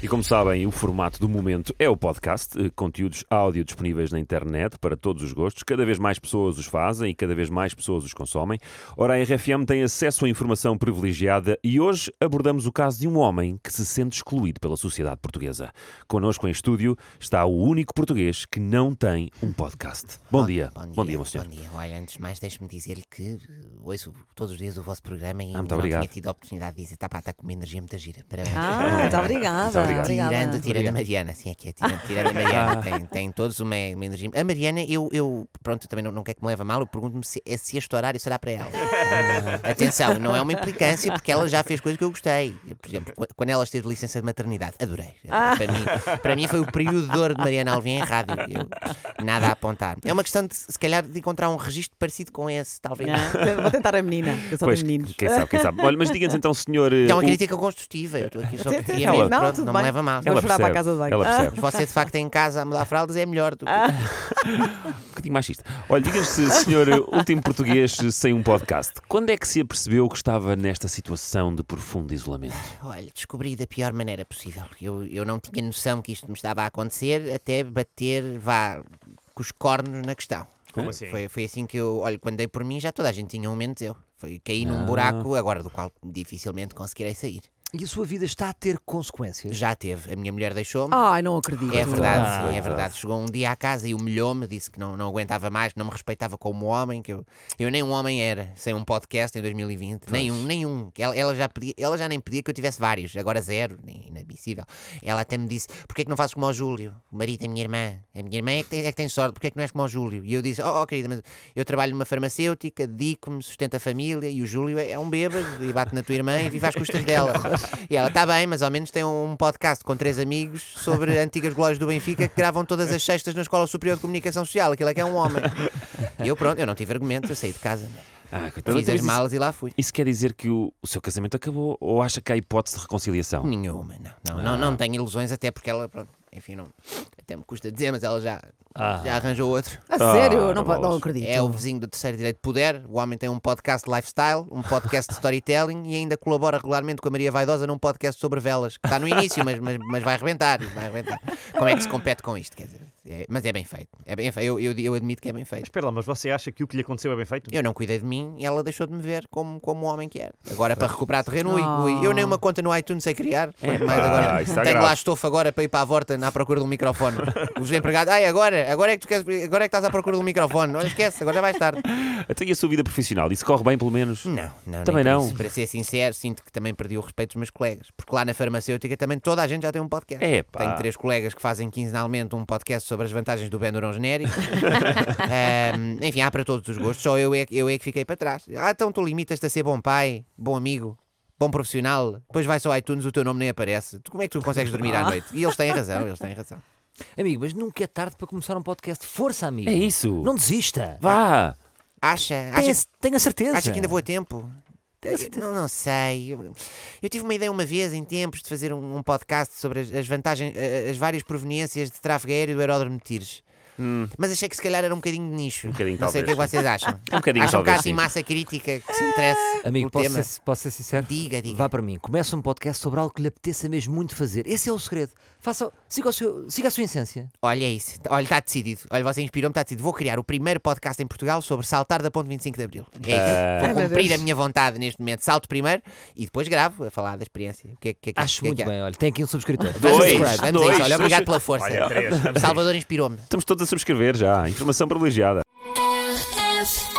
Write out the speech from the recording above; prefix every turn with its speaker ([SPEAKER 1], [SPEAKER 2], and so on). [SPEAKER 1] E como sabem, o formato do momento é o podcast, eh, conteúdos áudio disponíveis na internet para todos os gostos. Cada vez mais pessoas os fazem e cada vez mais pessoas os consomem. Ora, a RFM tem acesso a informação privilegiada e hoje abordamos o caso de um homem que se sente excluído pela sociedade portuguesa. Connosco em estúdio está o único português que não tem um podcast. Bom dia. Bom dia, meu senhor.
[SPEAKER 2] Bom dia. Olha, antes de mais, deixe-me dizer-lhe que eh, ouço todos os dias o vosso programa e
[SPEAKER 1] Ah, muito
[SPEAKER 2] não
[SPEAKER 1] obrigado.
[SPEAKER 2] tinha tido a oportunidade de dizer, tá pá, está com uma energia muito gira. Parabéns.
[SPEAKER 3] Ah, muito
[SPEAKER 1] Muito
[SPEAKER 3] obrigada.
[SPEAKER 1] obrigado.
[SPEAKER 2] Tirando,
[SPEAKER 3] obrigada.
[SPEAKER 2] tirando a Mariana, sim, aqui é tirando, tirando a Mariana, tem, tem todos uma, uma energia. A Mariana, eu, eu pronto, também não, não quero que me leve a mal, eu pergunto-me se, é- se este horário será para ela. Atenção, não é uma implicância, porque ela já fez coisas que eu gostei. Por exemplo, qu- quando ela esteve de licença de maternidade, adorei.
[SPEAKER 3] Ah.
[SPEAKER 2] Para, mim, para mim foi o período de ouro de Mariana Alvim em rádio. Eu- nada a apontar. É uma questão, de, se calhar, de encontrar um registro parecido com esse, talvez.
[SPEAKER 3] Não, Vou tentar a menina, que eu sou
[SPEAKER 1] Pois,
[SPEAKER 3] dos meninos.
[SPEAKER 1] Quem sabe, quem sabe. Olha, mas diga-nos então, senhor. eh,
[SPEAKER 2] Então, uma
[SPEAKER 1] o-
[SPEAKER 2] crítica construtiva. Eu estou aqui só
[SPEAKER 3] Sim, sim,
[SPEAKER 2] para
[SPEAKER 3] sim.
[SPEAKER 2] rir mesmo,
[SPEAKER 3] Não,
[SPEAKER 2] pronto,
[SPEAKER 3] tudo
[SPEAKER 2] não
[SPEAKER 3] bem.
[SPEAKER 2] me leva a mal.
[SPEAKER 3] Vou
[SPEAKER 1] Ela
[SPEAKER 3] chorar para
[SPEAKER 1] percebe,
[SPEAKER 3] a casa de banho.
[SPEAKER 1] ela
[SPEAKER 3] Ah.
[SPEAKER 1] percebe.
[SPEAKER 2] Mas Você, de facto, em casa a mudar fraldas é melhor do que.
[SPEAKER 1] Um bocadinho machista. Olha, diga-nos, se, senhor eh, último português eh, sem um podcast, quando é que se apercebeu que estava nesta situação de profundo isolamento?
[SPEAKER 2] Olha, descobri da pior maneira possível. Eu, eu não tinha noção que isto me estava a acontecer até bater, vá, com os cornos na questão.
[SPEAKER 1] Como
[SPEAKER 2] assim? Foi, foi assim que eu, olha, quando dei por mim, já toda a gente tinha um menos eu. Foi, caí num buraco, agora do qual dificilmente conseguirei sair.
[SPEAKER 4] E a sua vida está a ter consequências?
[SPEAKER 2] Já teve, a minha mulher deixou-me.
[SPEAKER 3] Ai, não acredito.
[SPEAKER 2] É verdade,
[SPEAKER 1] Ah,
[SPEAKER 2] sim, é
[SPEAKER 1] verdade.
[SPEAKER 2] verdade. Chegou um dia à casa e humilhou-me, disse que não, não aguentava mais, que não me respeitava como homem, que eu, eu nem um homem era, sem um podcast em 2020. Nenhum, nenhum. um, Que Ela, ela, já pedia, ela já nem pedia que eu tivesse vários, agora zero, nem- inadmissível. Ela até me disse: porquê é que não fazes como o Júlio, o marido da minha irmã? A minha irmã é que tem, é que tem sorte, porquê é que não és como o Júlio? E eu disse: oh, oh, querida, mas eu trabalho numa farmacêutica, dedico-me, sustento a família e o Júlio é, é um bêbado e bate na tua irmã e vive às custas dela. E ela está bem, mas ao menos tem um podcast com três amigos sobre antigas glórias do Benfica que gravam todas as sextas na Escola Superior de Comunicação Social. Aquilo é que é um homem. E eu, pronto, eu não tive argumento, eu saí de casa, né,
[SPEAKER 1] Ah, coitado.
[SPEAKER 2] fiz
[SPEAKER 1] Mas
[SPEAKER 2] as
[SPEAKER 1] isso-
[SPEAKER 2] malas e lá fui.
[SPEAKER 1] Isso quer dizer que o, o seu casamento acabou ou acha que há hipótese de reconciliação?
[SPEAKER 2] Nenhuma, não. Não, não, não tenho ilusões, até porque ela, pronto, enfim, não, até me custa dizer, mas ela já, já arranjou outro.
[SPEAKER 3] A sério,
[SPEAKER 1] Ah,
[SPEAKER 3] não, po- não
[SPEAKER 1] bolas.
[SPEAKER 3] acredito.
[SPEAKER 2] É o vizinho do terceiro direito de poder. O homem tem um podcast de lifestyle, um podcast de storytelling e ainda colabora regularmente com a Maria Vaidosa num podcast sobre velas, que está no início, mas, mas, mas vai arrebentar, vai arrebentar. Como é que se compete com isto? Quer dizer, é- mas é bem feito. É bem feito. Eu, eu, eu admito que é bem feito.
[SPEAKER 5] Espera lá, mas você acha que o que lhe aconteceu é bem feito?
[SPEAKER 2] Eu não cuidei de mim e ela deixou de me ver como, como o homem que era. Agora, para recuperar terreno, ui, ui, eu nem uma conta no iTunes sei criar. Quanto mais
[SPEAKER 1] pá,
[SPEAKER 2] agora.
[SPEAKER 1] Ah, isso é está
[SPEAKER 2] Tenho
[SPEAKER 1] grave.
[SPEAKER 2] lá estofo agora para ir para a volta na procura de um microfone. Os empregados, ai, agora, agora é que tu queres, agora é que estás à procura de um microfone. Não esquece, agora já vais tarde.
[SPEAKER 1] Até e a sua vida profissional? Isso corre bem, pelo menos?
[SPEAKER 2] Não, não.
[SPEAKER 1] Também
[SPEAKER 2] nem por
[SPEAKER 1] não.
[SPEAKER 2] isso. Para ser sincero, sinto que também perdi o respeito dos meus colegas. Porque lá na farmacêutica também toda a gente já tem um podcast.
[SPEAKER 1] Epá.
[SPEAKER 2] Tenho três colegas que fazem quinzenalmente um podcast sobre as vantagens do Benuron genérico. Ahm, enfim, há para todos os gostos. Só eu é, que- eu é que fiquei para trás. Ah, então tu limitas-te a ser bom pai, bom amigo. Bom profissional, depois vais ao iTunes, o teu nome nem aparece. Tu, como é que tu consegues dormir à noite? E eles têm razão, eles têm razão.
[SPEAKER 4] Amigo, mas nunca é tarde para começar um podcast. Força, amigo.
[SPEAKER 1] É isso.
[SPEAKER 4] Não desista.
[SPEAKER 1] Vá!
[SPEAKER 2] Acha, acha
[SPEAKER 4] Tenha, tenha certeza.
[SPEAKER 2] Acha que ainda vou a tempo? Não, não sei. Eu, eu tive uma ideia uma vez, em tempos, de fazer um, um podcast sobre as, as vantagens, eh, as várias proveniências de tráfego aéreo do aeródromo de Tires. Mas achei que se calhar era um bocadinho de nicho. Um
[SPEAKER 1] Hum. bocadinho,
[SPEAKER 2] não sei o que é que
[SPEAKER 1] talvez,
[SPEAKER 2] vocês acham.
[SPEAKER 1] Um bocadinho,
[SPEAKER 2] acham que há
[SPEAKER 1] talvez,
[SPEAKER 2] assim
[SPEAKER 1] sim.
[SPEAKER 2] massa crítica que se interesse pelo
[SPEAKER 4] Amigo, posso
[SPEAKER 2] tema?
[SPEAKER 4] ser, posso ser sincero?
[SPEAKER 2] Diga, diga.
[SPEAKER 4] Vá para mim. Começa um podcast sobre algo que lhe apeteça mesmo muito fazer. Esse é o segredo. Faça, siga, o seu- siga a sua essência.
[SPEAKER 2] Olha é isso. Olha, está decidido. Olha, você inspirou-me, está decidido. Vou criar o primeiro podcast em Portugal sobre saltar da ponte 25 de Abril.
[SPEAKER 1] Ah.
[SPEAKER 2] É isso.
[SPEAKER 3] Ai,
[SPEAKER 2] Vou
[SPEAKER 3] meu
[SPEAKER 2] cumprir a
[SPEAKER 3] Deus.
[SPEAKER 2] minha vontade neste momento. Salto primeiro e depois gravo a falar da experiência. O que é que, o que é que- o
[SPEAKER 4] Acho
[SPEAKER 2] que é
[SPEAKER 4] muito
[SPEAKER 2] que há?
[SPEAKER 4] bem. Olha, tem aqui um subscritor.
[SPEAKER 2] Vamos
[SPEAKER 1] Dois,
[SPEAKER 2] a isso, vamos a
[SPEAKER 1] dois,
[SPEAKER 2] isso. Olha, obrigado
[SPEAKER 1] dois.
[SPEAKER 2] pela força.
[SPEAKER 5] Olha, três,
[SPEAKER 2] Salvador inspirou-me.
[SPEAKER 1] Estamos todos a subscrever já. Informação privilegiada.
[SPEAKER 6] F